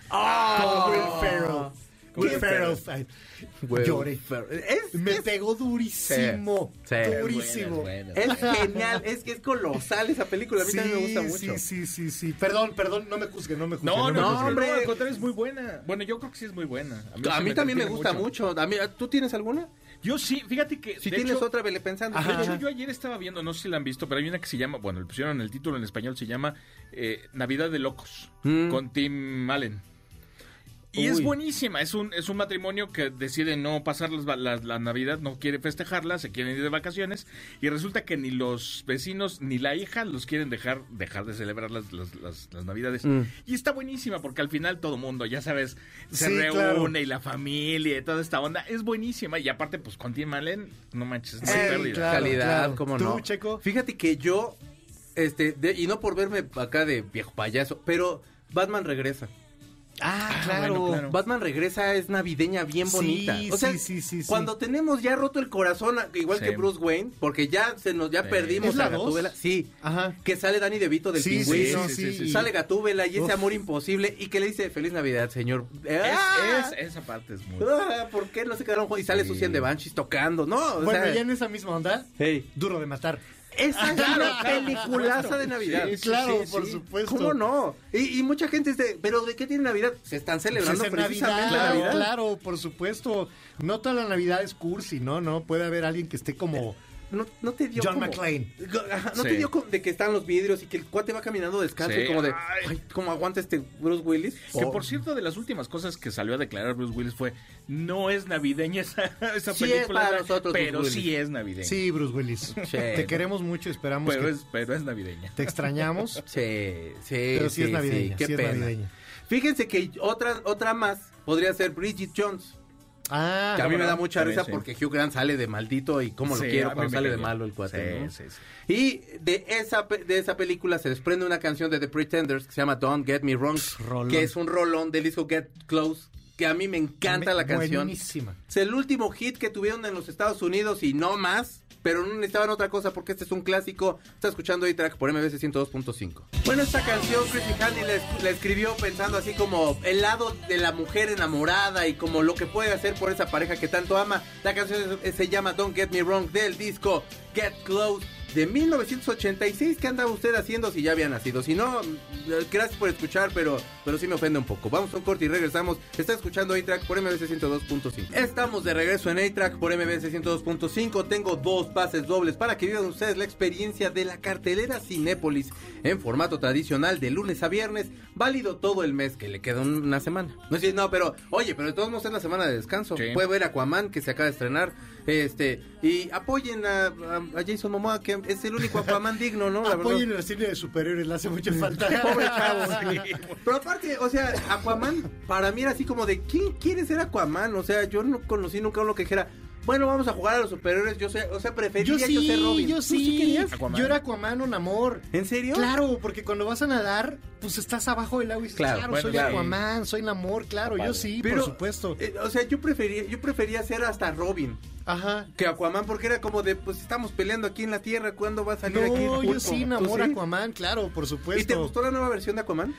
Con Will Ferrell. Con Will Will Ferrell. Güey, Lloré. pero- Es, Me es- pegó durísimo. Sí, sí. Durísimo. Bueno, bueno. es genial, es que es colosal esa película. A mí también me gusta mucho. Sí, sí, sí, sí. Perdón, perdón, no me juzguen, no me juzguen. No, me no, no, no, juzguen. hombre. hombre. al contrario, es muy buena. Bueno, yo creo que sí es muy buena. A sí mí también me entretiene gusta mucho. A mí- ¿Tú tienes alguna? Yo sí, fíjate que. Si de tienes hecho, otra, vele pensando. De hecho, yo ayer estaba viendo, no sé si la han visto, pero hay una que se llama, bueno, le pusieron el título en español, se llama eh, Navidad de Locos, Mm. con Tim Allen. Y es Uy. buenísima, es un, es un matrimonio que decide no pasar las, va- las- la Navidad, no quiere festejarla, se quieren ir de vacaciones, y resulta que ni los vecinos ni la hija los quieren dejar, dejar de celebrar las, las- las- las Navidades. Mm. Y está buenísima, porque al final todo mundo, ya sabes, se Sí, reúne claro. y la familia y toda esta onda, es buenísima, y aparte, pues con Tim Allen, no manches, no hay Sí, pérdida. claro. calidad, claro. Eh, cómo ¿Tú, no. Checo? Fíjate que yo, este, de- y no por verme acá de viejo payaso, pero Batman regresa. Ah, claro. bueno, claro. Batman regresa es navideña bien Sí, bonita. O sí, sea, sí, sí, sí. cuando tenemos ya roto el corazón, igual Sí. que Bruce Wayne, porque ya se nos ya Sí. perdimos ¿Es la a Gatúbela. dos? Sí. Ajá. Que sale Danny DeVito del Sí, sí, pingüino. sí, sí, sí, sí. Sale Gatúbela y ese Uf. amor imposible y que le dice feliz Navidad, señor. Es- ¡Ah! es- esa parte es muy. Ah, ¿Por qué no se quedaron juntos? Y sale Sí. su Sucian de Banshees tocando, ¿no? O Bueno, sea, ya en esa misma onda, hey. duro de matar. Esa es claro, una claro, por peliculaza supuesto. de Navidad. Sí, claro, por supuesto. ¿Cómo no? Y, y mucha gente dice, ¿pero de qué tiene Navidad? Se están celebrando Pues es precisamente Navidad, Navidad. Claro, por supuesto. No toda la Navidad es cursi, ¿no? No puede haber alguien que esté como. No, no te dio John como- McClane. Ajá, No te Sí. dio como de que están los vidrios y que el cuate va caminando descalzo Sí, y como de, ay. ay, ¿cómo aguanta este Bruce Willis? Que Oh. por cierto, de las últimas cosas que salió a declarar Bruce Willis fue: no es navideña esa, esa Sí película. es para nosotros, pero Bruce Willis. sí es navideña. Sí, Bruce Willis. Te queremos mucho, esperamos pero que es, pero es navideña. te extrañamos. Sí, sí, Pero sí, sí, es navideña. sí, qué sí es pena. navideña. Fíjense que otra, otra más podría ser Bridget Jones. Ah, Que a mí me da mucha También, risa sí. porque Hugh Grant sale de maldito y cómo lo Sí, a quiero mí cuando me sale de cae malo el bien. cuate, Sí, ¿no? sí, sí. Y de esa, pe- de esa película se desprende una canción de The Pretenders que se llama Don't Get Me Wrong, rolón. que es un rolón del disco Get Close, que a mí me encanta la canción. Buenísima. Es el último hit que tuvieron en los Estados Unidos y no más, pero no necesitaban otra cosa porque este es un clásico. Está escuchando A-Track por MBC 102.5. Bueno, esta canción Chris Handy la, es- la escribió pensando así como el lado de la mujer enamorada y como lo que puede hacer por esa pareja que tanto ama. La canción es- se llama Don't Get Me Wrong del disco Get Close. de 1986. ¿Qué andaba usted haciendo si ya había nacido? Si no, eh, gracias por escuchar, pero, pero sí me ofende un poco. Vamos a un corte y regresamos. Está escuchando A-Track por MBC 102.5. Estamos de regreso en A-Track por MBC 102.5. Tengo dos pases dobles para que vivan ustedes la experiencia de la cartelera Cinépolis en formato tradicional de lunes a viernes, válido todo el mes, que le queda un- una semana. No, sí, no, pero, oye, pero de todos modos es la semana de descanso. Sí. Puede ver Aquaman que se acaba de estrenar. Este, y apoyen a, a- a Jason Momoa, que es el único Aquaman digno, ¿no? La verdad. Apoyen el cine de superhéroes, le hace mucha falta. Pero aparte, o sea, Aquaman para mí era así como de ¿quién quiere ser Aquaman? O sea, yo no conocí nunca uno que dijera, bueno, vamos a jugar a los superhéroes, yo sé, o sea, prefería Yo yo, sí, ser Robin. yo ¿Tú sí. querías? Aquaman. Yo era Aquaman, un amor. ¿En serio? Claro, porque cuando vas a nadar, pues estás abajo del agua y dices, Claro, claro, bueno, soy claro. Aquaman, soy Namor, claro, Vale. yo sí, Pero, por supuesto. eh, o sea, yo prefería, yo prefería ser hasta Robin Ajá. que Aquaman, porque era como de, pues estamos peleando aquí en la Tierra, ¿cuándo va a salir aquí? No, yo Pulpo? sí, ¿Tú Namor, sí? Aquaman, claro, por ¿Y te supuesto. gustó la nueva versión de Aquaman?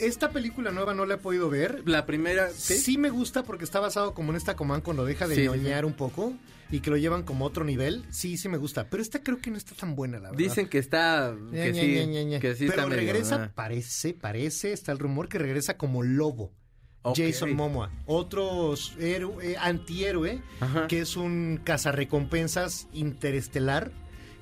Esta película nueva no la he podido ver. La primera, ¿Sí? me gusta porque está basado como en esta Aquaman cuando deja de Sí, sí, ñoñar un poco y que lo llevan como a otro nivel. Sí, sí me gusta. Pero esta creo que no está tan buena, la verdad. Dicen que está, Ña, que Ña, sí, Ña, Ña, Ña. que sí Pero está medio, regresa, ah. parece, parece, está el rumor que regresa como lobo. Ok. Jason Momoa, otro héroe, eh, antihéroe, Ajá. que es un cazarrecompensas interestelar,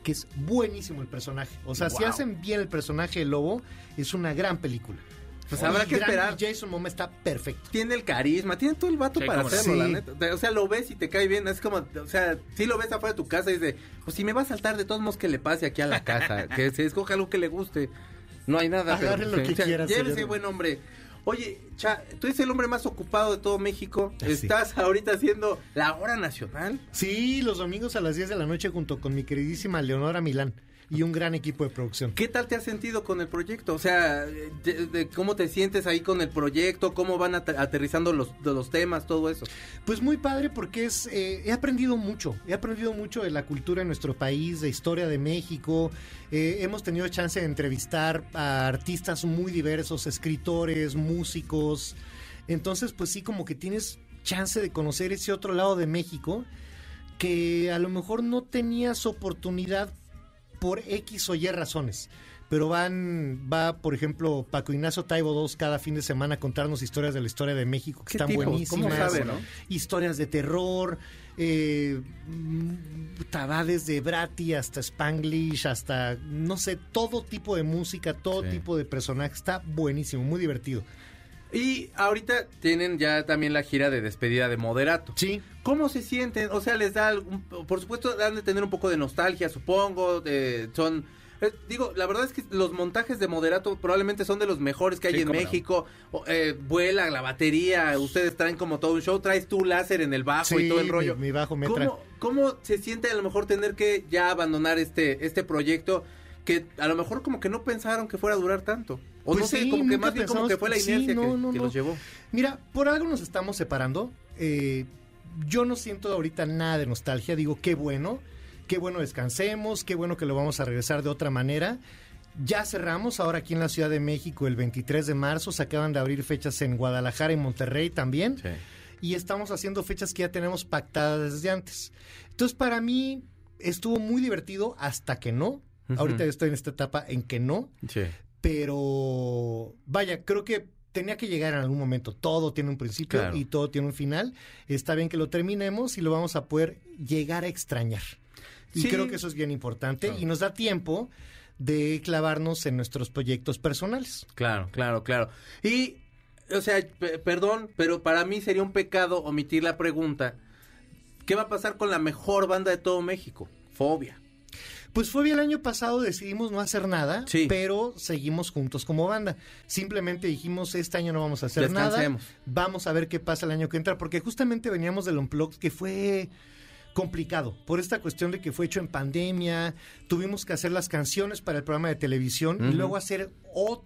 que es buenísimo el personaje. O sea, si Wow. hacen bien el personaje de Lobo, es una gran película. Pues habrá Y que gran- esperar. y Jason Momoa está perfecto. tiene el carisma, tiene todo el vato Sí, para cómo no. hacerlo, la Sí. neta. Te- O sea, lo ves y te cae bien. Es como, o sea, si lo ves afuera de tu casa y dices, pues si me va a saltar, de todos modos que le pase aquí a la casa. que se escoja algo que le guste. No hay nada. pero, Agarre lo que quiera, ya eres señor. ese buen hombre. Oye, Cha, tú eres el hombre más ocupado de todo México. Ah, sí. Estás ahorita haciendo la hora nacional. Sí, los domingos a las 10 de la noche junto con mi queridísima Leonora Milán y un gran equipo de producción. ¿Qué tal te has sentido con el proyecto? O sea, de- de ¿cómo te sientes ahí con el proyecto? ¿Cómo van ate- aterrizando los, de los temas, todo eso? Pues muy padre porque es eh, he aprendido mucho, he aprendido mucho de la cultura de nuestro país, de historia de México. Eh, hemos tenido chance de entrevistar a artistas muy diversos, escritores, músicos. Entonces, pues sí, como que tienes chance de conocer ese otro lado de México que a lo mejor no tenías oportunidad por X o Y razones. Pero van, va, por ejemplo, Paco Ignacio Taibo 2 cada fin de semana a contarnos historias de la historia de México que ¿Qué están tipo? ¿Cómo buenísimas sabe, no? historias de terror, eh, tabades de Brati hasta Spanglish, hasta, no sé, todo tipo de música, todo Sí. tipo de personaje. Está buenísimo, muy divertido. Y ahorita tienen ya también la gira de despedida de Moderato. Sí. ¿Cómo se sienten? O sea, les da algún- por supuesto han de tener un poco de nostalgia, supongo, de- son eh, digo, la verdad es que los montajes de Moderato probablemente son de los mejores que hay Sí, en cómo no. México. O, eh, vuela la batería, ustedes traen como todo un show, traes tú láser en el bajo Sí, y Ah, todo el mi- rollo. mi bajo me trae. ¿Cómo, ¿Cómo se siente a lo mejor tener que ya abandonar este, este proyecto que a lo mejor como que no pensaron que fuera a durar tanto? O Pues no sé, sí, como que nunca más bien como pensamos- que fue la sí, inercia que- no, no, que no. los llevó. Mira, por algo nos estamos separando. Eh, yo no siento ahorita nada de nostalgia. Digo, qué bueno, qué bueno descansemos, qué bueno que lo vamos a regresar de otra manera. Ya cerramos ahora aquí en la Ciudad de México el 23 de marzo. Se acaban de abrir fechas en Guadalajara y Monterrey también. Y estamos haciendo fechas que ya tenemos pactadas desde antes. Entonces, para mí estuvo muy divertido hasta que no. Ujú. Ahorita estoy en esta etapa en que no pero vaya, creo que tenía que llegar en algún momento. Todo tiene un principio Claro. y todo tiene un final. Está bien que lo terminemos y lo vamos a poder llegar a extrañar. Y Sí. creo que eso es bien importante Claro. y nos da tiempo de clavarnos en nuestros proyectos personales. Claro, claro, claro. Y, o sea, pe- perdón, pero para mí sería un pecado omitir la pregunta. ¿Qué va a pasar con la mejor banda de todo México? Fobia. Pues fue bien el año pasado, decidimos no hacer nada, Sí. pero seguimos juntos como banda. Simplemente dijimos, este año no vamos a hacer nada. Descansemos. Vamos a ver qué pasa el año que entra, porque justamente veníamos del Unplugged que fue complicado por esta cuestión de que fue hecho en pandemia, tuvimos que hacer las canciones para el programa de televisión y Ujú. luego hacer otro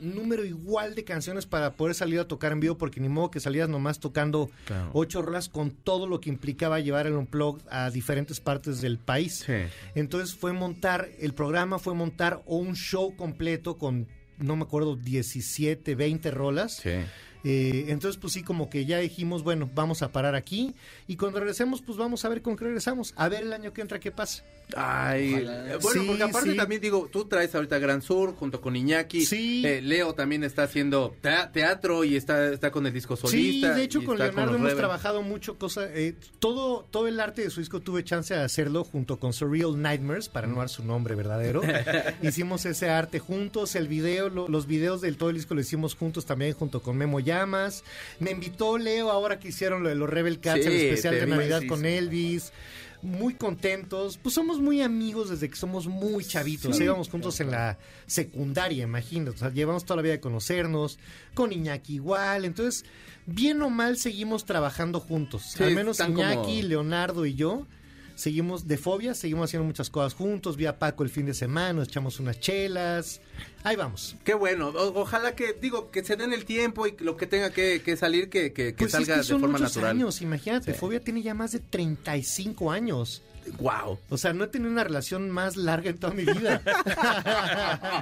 número igual de canciones para poder salir a tocar en vivo porque ni modo que salías nomás tocando Claro. ocho rolas con todo lo que implicaba llevar el unplug a diferentes partes del país. Entonces fue montar el programa, fue montar un show completo con no me acuerdo 17, 20 rolas. Eh, entonces, pues sí, como que ya dijimos, bueno, vamos a parar aquí y cuando regresemos, pues vamos a ver con qué regresamos, a ver el año que entra qué pasa. Ay, eh, bueno, Sí, porque aparte sí. también digo, tú traes ahorita Gran Sur junto con Iñaki. Sí. Eh, Leo también está haciendo te- teatro y está, está con el disco solista. Sí, de hecho y con está Leonardo los hemos Rebel. trabajado mucho cosa, eh, todo, todo el arte de su disco tuve chance de hacerlo junto con Surreal Nightmares, para no dar su nombre verdadero. hicimos ese arte juntos, el video, lo- los videos del todo el disco lo hicimos juntos también junto con Memo Llamas. Me invitó Leo ahora que hicieron lo de los Rebel Cats, el Sí, especial te de vi. Navidad Sí, con sí. Elvis. Muy contentos, pues somos muy amigos desde que somos muy chavitos. Íbamos juntos en la secundaria, imagínate. O sea, llevamos toda la vida de conocernos, con Iñaki igual. Entonces, bien o mal seguimos trabajando juntos. Sí, Al menos están como- Iñaki, Leonardo y yo seguimos de fobia, seguimos haciendo muchas cosas juntos. Vi a Paco el fin de semana, nos echamos unas chelas. Ahí vamos. Qué bueno, o- ojalá que, digo, que se den el tiempo y lo que tenga que, que salir, que, que, que Pues es salga que son de forma muchos natural. años, imagínate. Fobia tiene ya más de 35 años. Wow. O sea, no he tenido una relación más larga en toda mi vida.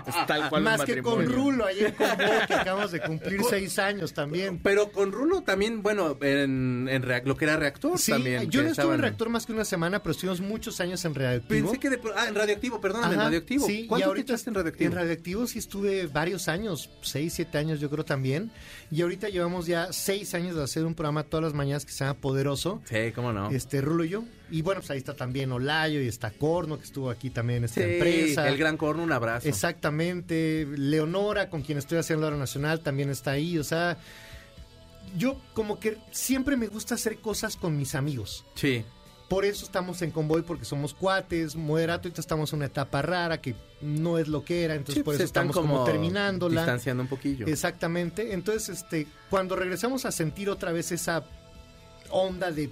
Es tal cual un Más que con matrimonio. Rulo ayer con Bo, que acabamos de cumplir seis años también. Pero con Rulo también, bueno, en, en Reac- lo que era reactor Sí, también. que yo no estuve estaban- en reactor más que una semana, pero estuvimos muchos años en radioactivo. Pensé que de, pro- ah, en radioactivo, perdóname, en Ajá, radioactivo. Sí, y ¿Cuánto te ahorita echaste en radioactivo? En radioactivo sí estuve varios años, seis, siete años yo creo también. Y ahorita llevamos ya seis años de hacer un programa todas las mañanas que se llama Poderoso. Sí, cómo no. Este, Rulo y yo. Y bueno, pues ahí está también Olayo y está Corno, que estuvo aquí también en esta Sí, empresa. el gran corno, un abrazo. Exactamente. Leonora, con quien estoy haciendo ahora nacional, también está ahí. O sea, yo como que siempre me gusta hacer cosas con mis amigos. Sí. Por eso estamos en convoy, porque somos cuates. Moderato, ahorita estamos en una etapa rara que no es lo que era, entonces Sí, por pues eso estamos como, terminándola. Distanciando un poquillo. Exactamente. Entonces, este, cuando regresamos a sentir otra vez esa onda de,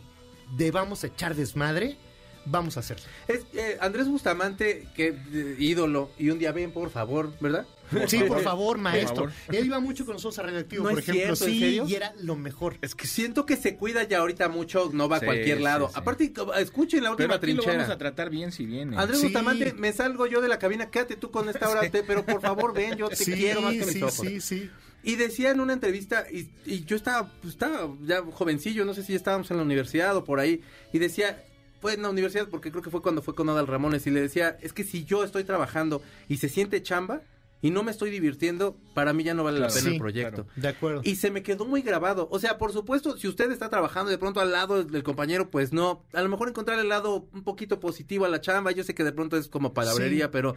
de vamos a echar desmadre, vamos a hacerlo. Es, eh, Andrés Bustamante, que eh, ídolo, y un día ven, por favor, ¿verdad? Sí, por favor, maestro. favor. Él iba mucho con nosotros a Radioactivo, No por es ejemplo. cierto, ¿en sí, serio? y era lo mejor. Es que sí. Siento que se cuida ya ahorita mucho, no va Sí, a cualquier sí, lado. sí. Aparte, escuchen la Pero última aquí lo vamos a trinchera. tratar bien si viene. Andrés Sí. Bustamante, me salgo yo de la cabina, quédate tú con esta hora, te- pero por favor ven, yo te sí, quiero más que mis sí, ojos. sí, sí. Y decía en una entrevista, y, y yo estaba, pues, estaba ya jovencillo, no sé si ya estábamos en la universidad o por ahí, y decía, pues en la universidad, porque creo que fue cuando fue con Adal Ramones, y le decía, es que si yo estoy trabajando y se siente chamba y no me estoy divirtiendo, para mí ya no vale la Claro, pena sí, el proyecto. De acuerdo. Y se me quedó muy grabado. O sea, por supuesto, si usted está trabajando de pronto al lado del compañero, pues no. A lo mejor encontrar el lado un poquito positivo a la chamba. Yo sé que de pronto es como palabrería, Sí. pero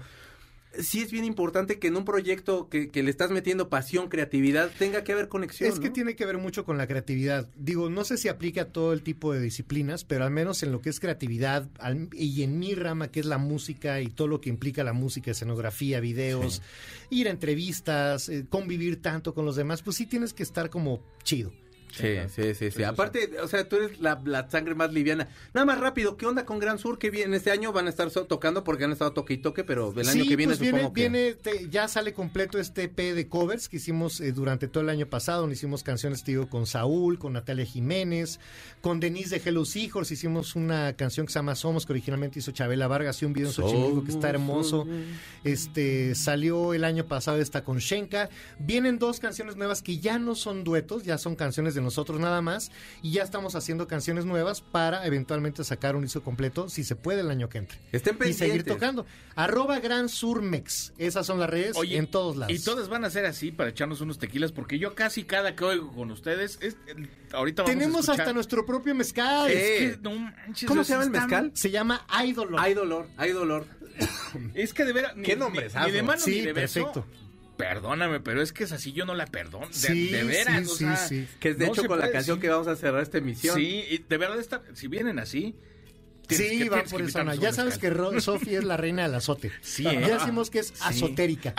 sí es bien importante que en un proyecto que, que le estás metiendo pasión, creatividad, tenga que haber conexión. es que ¿no? tiene que ver mucho con la creatividad. Digo, no sé si aplica a todo el tipo de disciplinas, pero al menos en lo que es creatividad al- y en mi rama, que es la música y todo lo que implica la música, escenografía, videos, ir a entrevistas, eh, convivir tanto con los demás, pues sí tienes que estar como chido. Sí, sí, sí, sí. Aparte, o sea, tú eres la, la sangre más liviana. Nada más rápido, ¿qué onda con Gran Sur? Que viene este año van a estar so- tocando porque han estado toque y toque, pero el año Sí, que viene pues supongo que... viene te- ya sale completo este EP de covers que hicimos eh, durante todo el año pasado. donde hicimos canciones, te digo, con Saúl, con Natalia Jiménez, con Denise de Hello Seahorse. Hicimos una canción que se llama Somos, que originalmente hizo Chabela Vargas y un video en Xochimilco que está hermoso. Este salió el año pasado esta con Shenka. Vienen dos canciones nuevas que ya no son duetos, ya son canciones de nosotros nada más. Y ya estamos haciendo canciones nuevas para eventualmente sacar un disco completo, si se puede, el año que entre Estén y pendientes. seguir tocando. Arroba Gran Surmex. Esas son las redes Oye, en todos lados. Y todas van a ser así para echarnos unos tequilas, porque yo casi cada que oigo con ustedes, es- el- ahorita vamos Tenemos hasta a escuchar- Eh. nuestro propio mezcal. Sí. Es que no manches, ¿Cómo o se sea, llama el están- mezcal? Se llama Idol. Hay dolor, hay dolor. Es que de veras. ni- Qué ni- nombrezazo. Ni de mano Sí, ni de beso. perfecto. Perdóname, pero es que es así, yo no la perdono. De, Sí, de veras, sí, o sí, sea, sí. Que es de no hecho se con la puede, canción sí. que vamos a cerrar esta emisión. Sí, y de verdad, esta- si vienen así. tienes Sí, que- va tienes por que esa onda. invitarnos Ya un sabes que mezcal. Ro- Sofi es la reina del azote. Sí, Ah, ¿eh? ya decimos que es azotérica.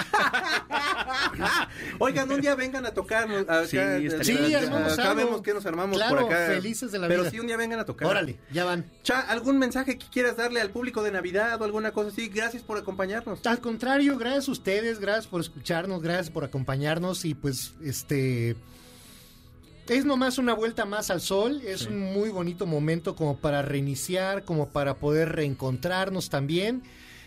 Oigan, un día vengan a tocar. Acá, Sí, estaría acá- Sí, acá armamos algo. vemos que nos armamos Claro, por acá. felices de la Pero vida. sí, un día vengan a tocar. Órale, ya van. Cha, ¿algún mensaje que quieras darle al público de Navidad o alguna cosa así? Gracias por acompañarnos. Al contrario, gracias a ustedes, gracias por escucharnos, gracias por acompañarnos y pues este es nomás una vuelta más al sol, es un muy bonito momento como para reiniciar, como para poder reencontrarnos también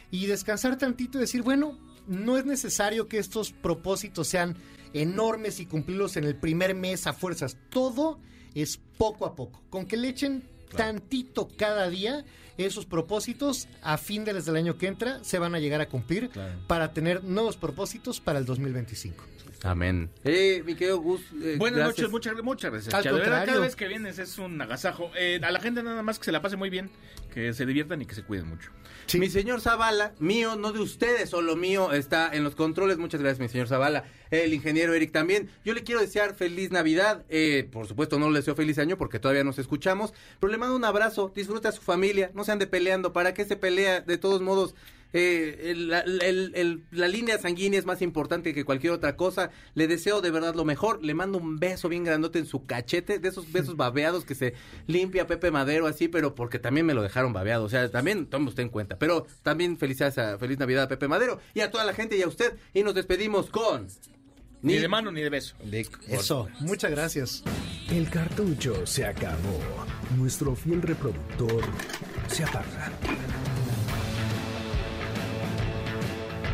y descansar tantito y decir, bueno, no es necesario que estos propósitos sean enormes y cumplirlos en el primer mes a fuerzas. Todo es poco a poco. Con que le echen tantito cada día esos propósitos a fin de desde el año que entra se van a llegar a cumplir Claro. para tener nuevos propósitos para el 2025. Amén. Eh, mi querido Gus. eh, Buenas gracias. noches, muchas, muchas gracias. Al Chad. De verdad, contrario. cada vez que vienes es un agasajo. Eh, a la gente nada más que se la pase muy bien, que se diviertan y que se cuiden mucho. Sí. Mi señor Zavala, mío, no de ustedes, solo mío, está en los controles. Muchas gracias, mi señor Zavala. El ingeniero Eric también. Yo le quiero desear feliz Navidad. Eh, por supuesto, no le deseo feliz año porque todavía nos escuchamos. Pero le mando un abrazo. Disfruta a su familia. No se ande peleando. ¿Para qué se pelea? De todos modos. eh, el- la- el- el- la línea sanguínea es más importante que cualquier otra cosa. Le deseo de verdad lo mejor. Le mando un beso bien grandote en su cachete. De esos besos babeados que se limpia Pepe Madero así, pero porque también me lo dejaron babeado. O sea, también tome usted en cuenta. Pero también felicidades a Feliz Navidad a Pepe Madero y a toda la gente y a usted. Y nos despedimos con. Ni, de mano ni de beso. de- Eso, muchas gracias. El cartucho se acabó. Nuestro fiel reproductor se apaga.